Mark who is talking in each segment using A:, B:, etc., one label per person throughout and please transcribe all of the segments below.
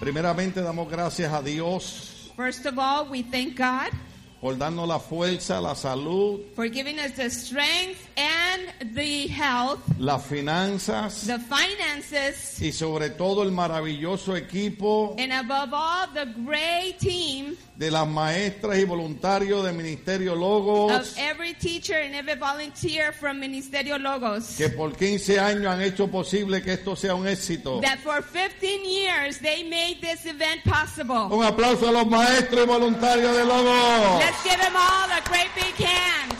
A: Primeramente damos gracias a Dios
B: First of all, we thank God
A: por darnos la fuerza, la salud,
B: for giving us the strength and the health,
A: las finanzas
B: the finances,
A: y sobre todo el maravilloso equipo
B: and above all, the great team
A: de las maestras y voluntarios de Ministerio
B: of
A: Logos
B: every teacher and every volunteer from Ministerio Logos.
A: que por 15 años han hecho posible que esto sea un éxito.
B: That for 15 years they made this event possible.
A: Un aplauso a los maestros y voluntarios de Logos.
B: Let's give them all a great big hand.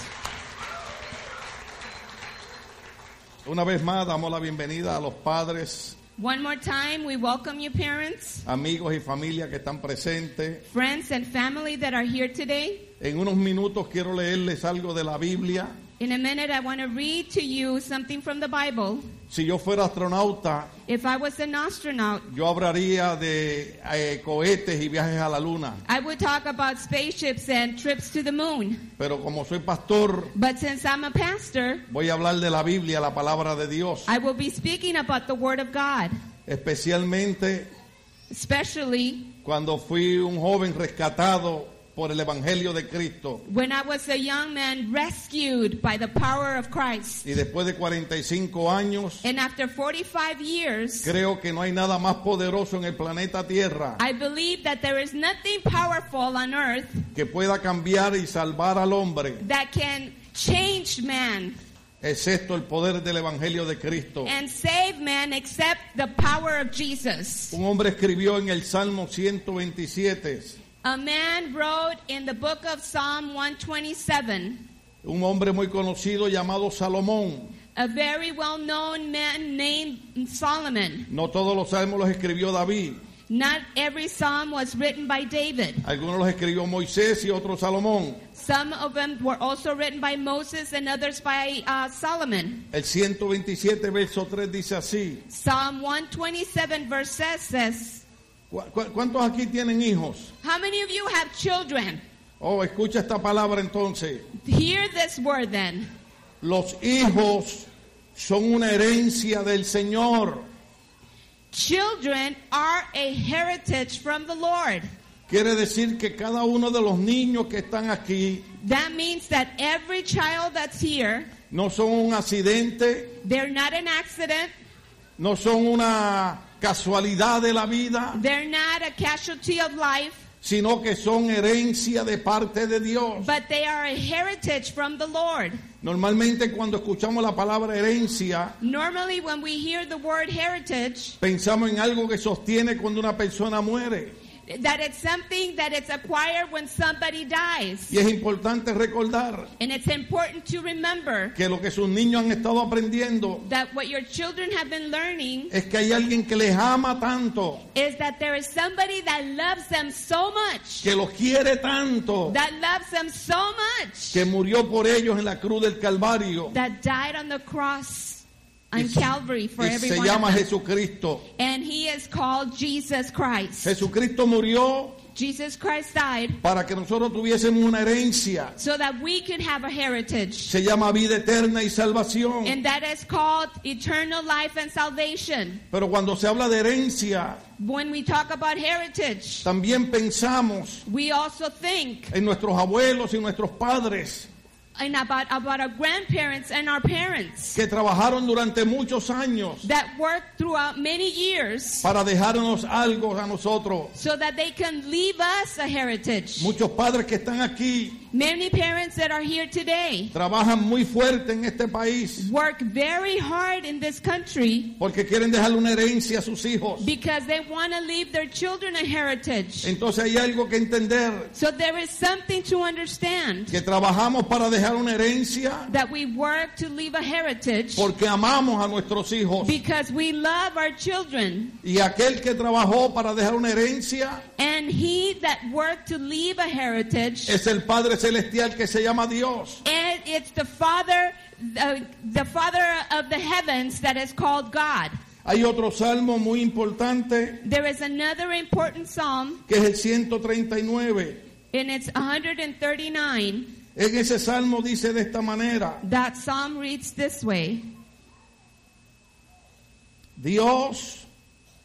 A: Una vez más damos la bienvenida a los padres,
B: One more time, we welcome you, parents,
A: amigos y familia que están presentes.
B: friends, and family that are here today.
A: En unos minutos quiero leerles algo de la Biblia.
B: In a minute, I want to read to you something from the Bible.
A: Si yo fuera astronauta,
B: If I was an astronaut,
A: yo hablaría de eh, cohetes y viajes a la luna.
B: I would talk about spaceships and trips to the moon.
A: Pero como soy pastor,
B: But since I'm a pastor,
A: voy a hablar de la Biblia, la palabra de Dios.
B: I will be speaking about the Word of God,
A: Especialmente
B: especially
A: cuando fui un joven rescatado por el Evangelio de Cristo.
B: when I was a young man rescued by the power of Christ.
A: Y después de 45 años,
B: And after 45 years,
A: creo que no hay nada más poderoso en el planeta Tierra
B: I believe that there is nothing powerful on earth
A: que pueda cambiar y salvar al hombre,
B: that can change man
A: excepto el poder del Evangelio de Cristo.
B: and save man except the power of Jesus.
A: Un hombre escribió en el Salmo 127,
B: A man wrote in the book of Psalm 127,
A: un hombre muy conocido llamado Salomón.
B: a very well known man named Solomon.
A: No todos los salmos los escribió David,
B: Not every psalm was written by David.
A: algunos los escribió Moisés y otros Salomón.
B: Some of them were also written by Moses and others by uh, Solomon.
A: El 127, verso 3 dice así.
B: Psalm 127 verse says, says,
A: ¿Cu- cu- ¿Cuántos aquí tienen hijos?
B: How many of you have children?
A: Oh, escucha esta palabra entonces.
B: Hear this word then.
A: Los hijos son una herencia del Señor.
B: Children are a heritage from the Lord.
A: Quiere decir que cada uno de los niños que están aquí
B: That means that every child that's here,
A: no son un accidente,
B: they're not an accident,
A: no son una casualidad de la vida,
B: they're not a casualty of life,
A: sino que son herencia de parte de Dios.
B: but they are a heritage from the Lord.
A: Normalmente cuando escuchamos la palabra herencia,
B: Normally, when we hear the word heritage,
A: pensamos en algo que sostiene cuando una persona muere.
B: that it's something that it's acquired when somebody dies.
A: Y es importante recordar
B: And it's important to remember
A: que lo que sus niños han estado aprendiendo
B: that what your children have been learning
A: es que hay alguien que les ama tanto,
B: is that there is somebody that loves them so much,
A: que los quiere tanto,
B: that loves them so much,
A: que murió por ellos en la cruz del Calvario
B: that died on the cross
A: Y
B: on
A: se-
B: Calvary for
A: y se
B: everyone.
A: llama Jesucristo.
B: And he is called Jesus Christ.
A: Jesucristo murió
B: Jesus Christ died
A: para que nosotros tuviésemos una herencia.
B: so that we could have a heritage.
A: Se llama vida eterna y salvación.
B: And that is called eternal life and salvation.
A: Pero cuando se habla de herencia,
B: When we talk about heritage,
A: también pensamos
B: we also think
A: en nuestros abuelos y nuestros padres
B: and about, about our grandparents and our parents
A: que trabajaron durante muchos años
B: that worked throughout many years
A: para dejarnos algo a nosotros.
B: so that they can leave us a heritage.
A: Muchos padres que están aquí
B: Many parents that are here today
A: trabajan muy fuerte en este país
B: work very hard in this country
A: porque quieren dejarle una herencia a sus hijos.
B: because they want to leave their children a heritage.
A: Entonces hay algo que entender,
B: So there is something to understand
A: que trabajamos para dejar una herencia
B: that we work to leave a heritage
A: porque amamos a nuestros hijos.
B: because we love our children.
A: Y aquel que trabajó para dejar una herencia
B: And he that worked to leave a heritage,
A: es el Padre Celestial que se llama Dios.
B: and it's the Father, the, the Father of the heavens that is called God.
A: Hay otro salmo muy importante
B: There is another important psalm,
A: que es el 139.
B: and it's 139.
A: En ese salmo dice de esta manera,
B: That psalm reads this way
A: Dios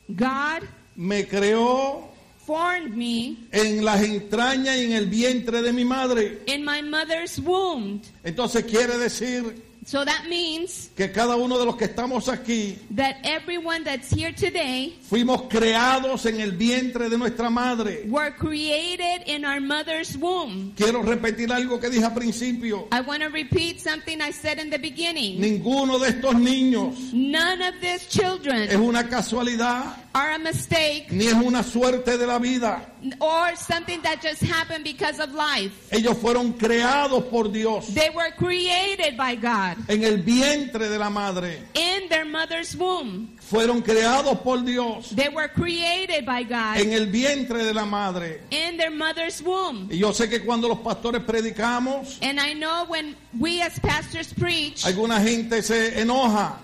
B: God
A: me creó
B: formed me
A: en las entrañas y en el vientre de mi madre.
B: in my mother's womb.
A: Entonces quiere decir
B: So that means
A: que cada uno de los que estamos aquí
B: that everyone that's here today
A: fuimos creados en el vientre de nuestra madre.
B: were created in our mother's womb.
A: Quiero repetir algo que dije al principio.
B: I want to repeat something I said in the beginning.
A: Ninguno de estos niños
B: None of these
A: es
B: children
A: una casualidad
B: are a mistake
A: ni es una suerte de la vida.
B: or something that just happened because of life.
A: Ellos fueron creados por Dios
B: They were created by God
A: en el vientre de la madre.
B: in their mother's womb.
A: Fueron creados por Dios
B: They were created by God
A: en el vientre de la madre.
B: in their mother's womb.
A: Y yo sé que cuando los pastores predicamos,
B: And I know when we as pastors preach,
A: alguna gente se enoja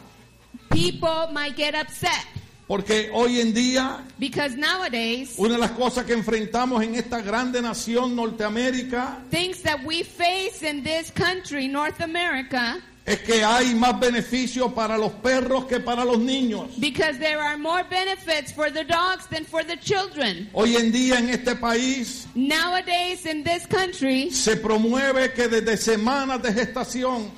B: people might get upset
A: porque hoy en día
B: because nowadays
A: una de las cosas que enfrentamos en esta grande nación Norteamérica
B: things that we face in this country, North America,
A: es que hay más beneficios para los perros que para los niños.
B: because there are more benefits for the dogs than for the children.
A: Hoy en día en este país
B: Nowadays in this country,
A: se promueve que desde semanas de gestación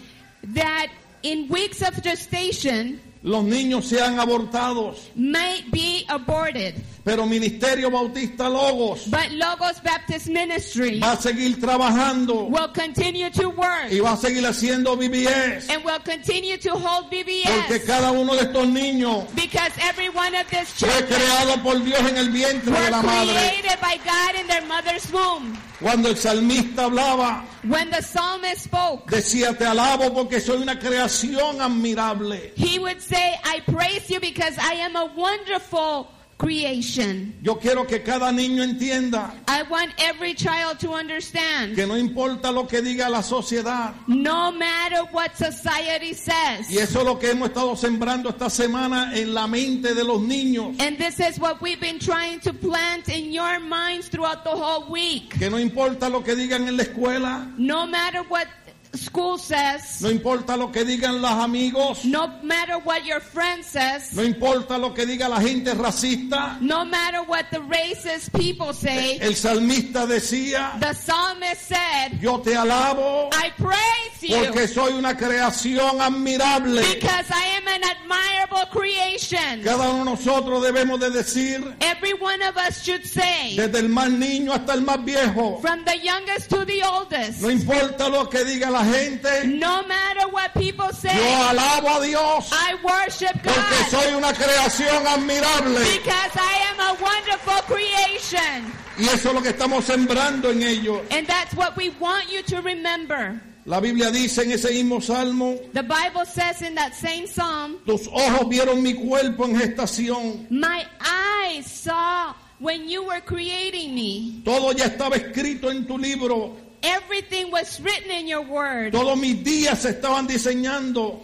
B: that in weeks of gestation
A: los niños sean abortados.
B: might be aborted.
A: Pero Ministerio Bautista Logos
B: But Logos Baptist Ministry
A: va a seguir trabajando
B: will continue to work
A: y va a seguir haciendo BBS.
B: and will continue to hold BBS
A: Porque cada uno de estos niños
B: because every one of these
A: fue
B: children
A: creado por Dios en el vientre de la
B: were
A: madre.
B: created by God in their mother's womb.
A: Cuando el salmista hablaba,
B: When the psalmist spoke,
A: decía, te alabo porque soy una creación admirable.
B: he would say, I praise you because I am a wonderful creation.
A: Yo quiero que cada niño entienda
B: I want every child to understand,
A: que no importa lo que diga la sociedad.
B: no matter what society
A: Y
B: says,
A: eso es lo que hemos estado sembrando esta semana en la mente de los niños.
B: and this is what we've been trying to plant in your minds throughout the whole week.
A: Que no importa lo que digan en la escuela,
B: No matter what school says,
A: no importa lo que digan los amigos,
B: no matter what your friend says,
A: no importa lo que diga la gente racista.
B: no matter what the racist people say,
A: El salmista decía,
B: the psalmist said,
A: yo te alabo
B: I praise you.
A: porque soy una creación admirable.
B: Because I am an admirable creation.
A: Cada uno de nosotros debemos de decir,
B: Every one of us should say,
A: desde el más niño hasta el más viejo,
B: from the youngest to the oldest,
A: no importa lo que diga la gente,
B: no matter what people
A: yo
B: say,
A: alabo a Dios
B: I worship
A: porque
B: God
A: soy una creación admirable.
B: because I am a wonderful creation.
A: Y eso es lo que estamos sembrando en ellos.
B: And that's what we want you to remember.
A: La Biblia dice en ese mismo salmo,
B: The Bible says in that same psalm,
A: tus ojos vieron mi cuerpo en gestación.
B: My eyes saw when you were creating me.
A: Todo ya estaba escrito en tu libro.
B: Everything was written in your word.
A: Todos mis días se estaban diseñando,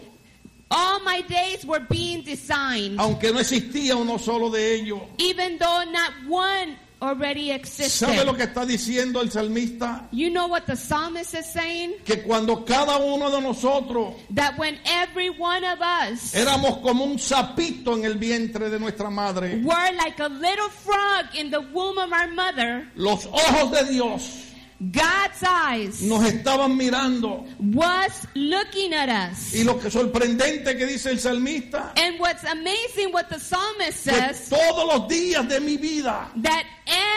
B: All my days were being designed.
A: aunque no existía uno solo de ellos.
B: even though not one already
A: ¿Sabe lo
B: existed.
A: que está diciendo el salmista?
B: You know what the psalmist is saying?
A: Que cuando cada uno de nosotros
B: That when every one of us
A: éramos como un sapito en el vientre de nuestra madre,
B: were like a little frog in the womb of our mother,
A: los ojos de Dios
B: God's eyes
A: nos estaban mirando.
B: was looking at us.
A: Y lo que sorprendente que dice el salmista,
B: And what's amazing what the psalmist
A: que
B: says
A: todos los días de mi vida,
B: that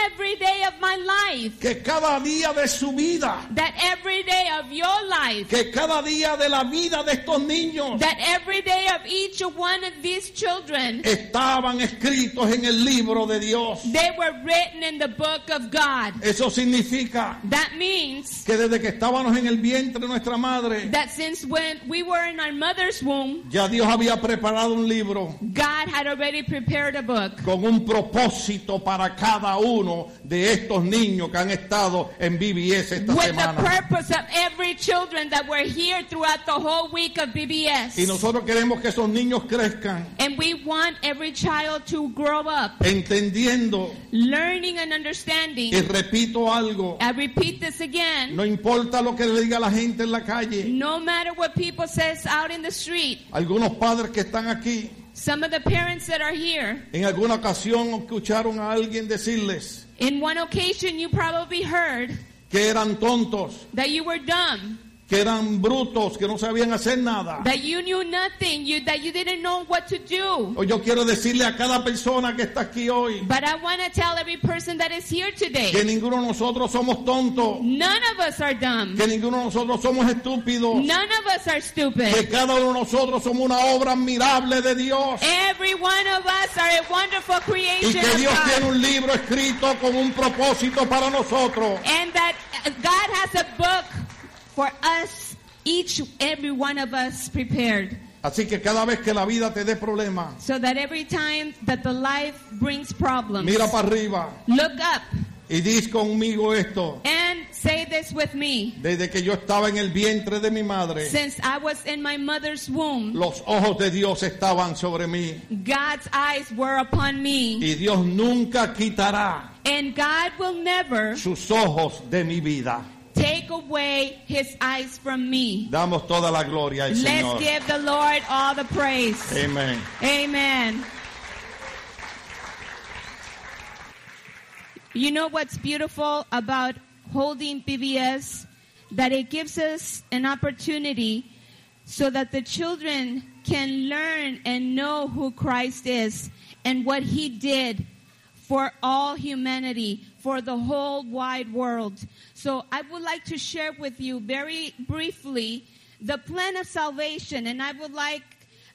B: every day of my life,
A: que cada día de su vida,
B: that every day of your life,
A: que cada día de la vida de estos niños
B: that every day of each one of these children,
A: estaban escritos en el libro de Dios.
B: they were written in the book of God.
A: Eso significa
B: That means
A: que desde que estábamos en el vientre de nuestra madre,
B: that since when we were in our mother's womb,
A: ya Dios había preparado un libro
B: God had already prepared a book
A: con un propósito para cada uno de estos niños que han estado en BBS esta
B: with the
A: semana.
B: purpose of every children that were here throughout the whole week of
A: Y
B: BBS.
A: nosotros queremos que esos niños crezcan
B: And we want every child to grow up
A: entendiendo,
B: learning and
A: y
B: understanding.
A: repito algo,
B: I repeat this again.
A: no importa lo que le diga la gente en la calle,
B: No matter what people says out in the street,
A: algunos padres que están aquí
B: Some of the parents that are here,
A: En alguna ocasión escucharon a alguien decirles
B: in one occasion you probably heard
A: que eran tontos,
B: that you were dumb,
A: que eran brutos, que no sabían hacer nada.
B: that you knew nothing, you, that you didn't know what to do.
A: Hoy Yo quiero decirle a cada persona que está aquí hoy
B: But I want to tell every person that is here
A: que
B: today,
A: ninguno de nosotros somos tontos,
B: none of us are dumb.
A: que ninguno de nosotros somos estúpidos,
B: None of us are
A: que
B: stupid.
A: cada uno de nosotros somos una obra admirable de Dios
B: Every one of us are a wonderful
A: y
B: creation
A: que
B: of
A: Dios tiene
B: God.
A: un libro escrito con un propósito para nosotros.
B: And that uh, God has a book for us, each, every one of us prepared.
A: Así que cada vez que la vida te dé problemas,
B: So that every time that the life brings problems,
A: mira para arriba
B: look up
A: y dis conmigo esto.
B: and say this with me.
A: Desde que yo estaba en el vientre de mi madre,
B: Since I was in my mother's womb,
A: los ojos de Dios estaban sobre mí
B: God's eyes were upon me.
A: y Dios nunca quitará
B: And God will never
A: sus ojos de mi vida.
B: take away his eyes from me.
A: Damos toda la gloria al
B: Let's
A: Señor. Eh.
B: give the Lord all the praise.
A: Amén.
B: Amen. You know what's beautiful about holding PBS? That it gives us an opportunity so that the children can learn and know who Christ is and what he did for all humanity, for the whole wide world. So I would like to share with you very briefly the plan of salvation, and I would like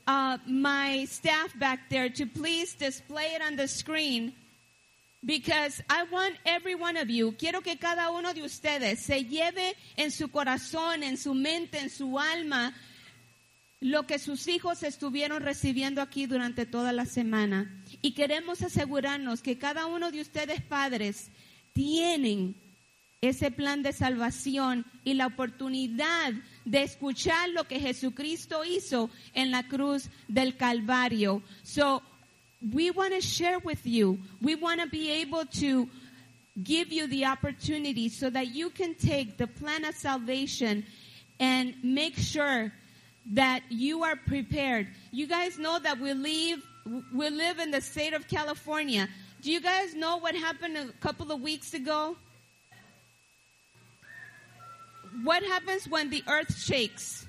B: uh, my staff back there to please display it on the screen because I want every one of you, quiero que cada uno de ustedes se lleve en su corazón, en su mente, en su alma, lo que sus hijos estuvieron recibiendo aquí durante toda la semana. Y queremos asegurarnos que cada uno de ustedes padres tienen ese plan de salvación y la oportunidad de escuchar lo que Jesucristo hizo en la cruz del Calvario. So, we want to share with you. We want to be able to give you the opportunity so that you can take the plan of salvation and make sure that you are prepared. You guys know that we live we live in the state of California. Do you guys know what happened a couple of weeks ago? What happens when the earth shakes?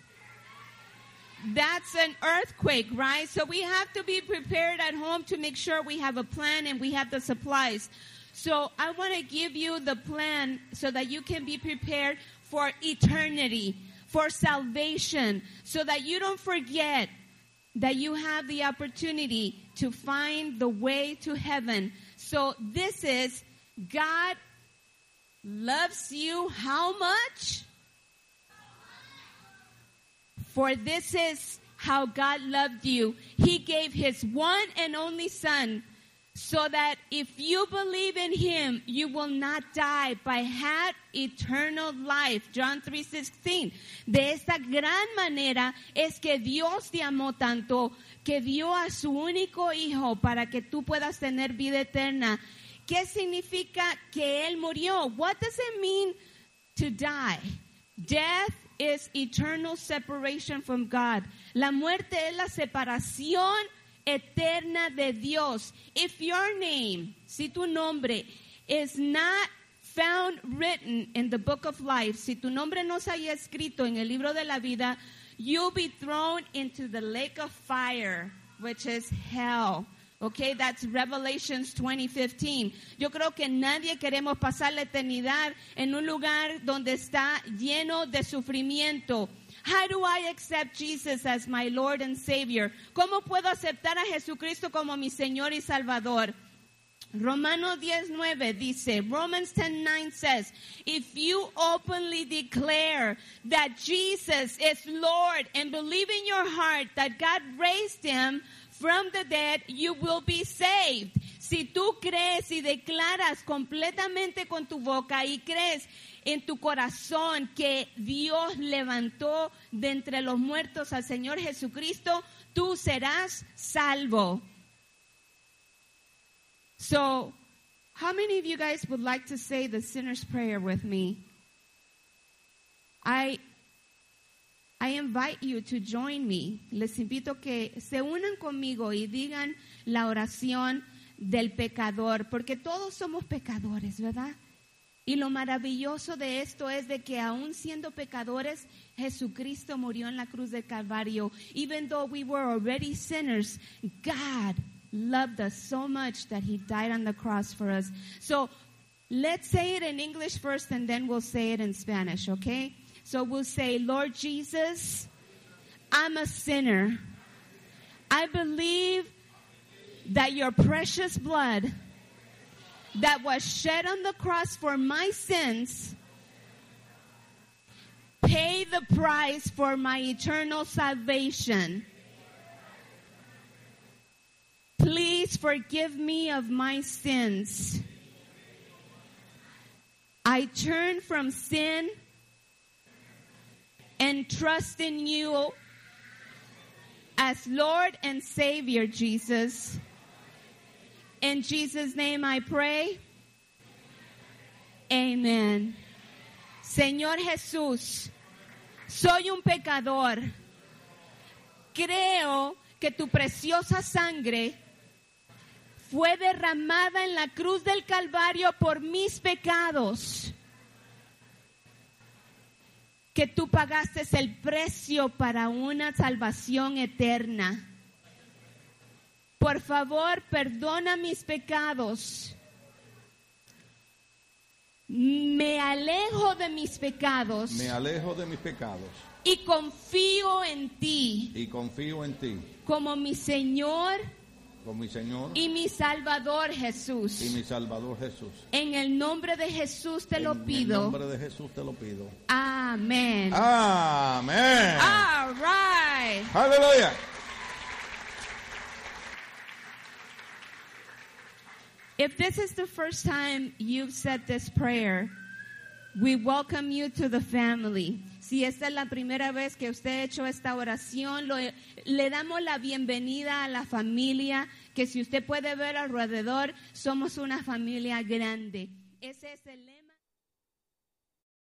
B: That's an earthquake, right? So we have to be prepared at home to make sure we have a plan and we have the supplies. So I want to give you the plan so that you can be prepared for eternity, for salvation, so that you don't forget that you have the opportunity to find the way to heaven. So this is God loves you how much? For this is how God loved you. He gave his one and only son so that if you believe in him, you will not die, but have eternal life. John 3:16. De esta gran manera es que Dios te amó tanto que dio a su único hijo para que tú puedas tener vida eterna. ¿Qué significa que él murió? What does it mean to die? Death is eternal separation from God. La muerte es la separación eterna de Dios. If your name, si tu nombre, is not found written in the book of life, si tu nombre no se haya escrito en el libro de la vida, you'll be thrown into the lake of fire, which is hell. Okay, that's Revelations 20:15. Yo creo que nadie queremos pasar la eternidad en un lugar donde está lleno de sufrimiento. How do I accept Jesus as my Lord and Savior? ¿Cómo puedo aceptar a Jesucristo como mi Señor y Salvador? Romanos 10:9 dice, Romans 10:9 says, if you openly declare that Jesus is Lord and believe in your heart that God raised him from the dead, you will be saved. Si tú crees y declaras completamente con tu boca y crees en tu corazón que Dios levantó de entre los muertos al Señor Jesucristo, tú serás salvo. So, how many of you guys would like to say the sinner's prayer with me? I I invite you to join me. Les invito que se unan conmigo y digan la oración del pecador, porque todos somos pecadores, ¿verdad? Y lo maravilloso de esto es de que aún siendo pecadores, Jesucristo murió en la cruz del Calvario. Even though we were already sinners, God loved us so much that he died on the cross for us. So let's say it in English first and then we'll say it in Spanish, okay? So we'll say, Lord Jesus, I'm a sinner. I believe that your precious blood that was shed on the cross for my sins pay the price for my eternal salvation. Please forgive me of my sins. I turn from sin and trust in you as Lord and Savior, Jesus. In Jesus' name I pray. Amen. Señor Jesús, soy un pecador. Creo que tu preciosa sangre fue derramada en la cruz del Calvario por mis pecados. Que tú pagaste el precio para una salvación eterna. Por favor, perdona mis pecados. Me alejo de mis pecados
A: Me alejo de mis pecados
B: y confío en ti
A: y confío en ti,
B: como mi Señor
A: con mi Señor y,
B: y mi Salvador Jesús.
A: mi Salvador Jesús.
B: En el nombre de Jesús te
A: en
B: lo
A: el
B: pido.
A: nombre de Jesús te lo pido.
B: Amén.
A: Amén.
B: All right.
A: Aleluya.
B: If this is the first time you've said this prayer, we welcome you to the family. Si esta es la primera vez que usted ha hecho esta oración, lo- le damos la bienvenida a la familia, que si usted puede ver alrededor, somos una familia grande. Ese es el lema.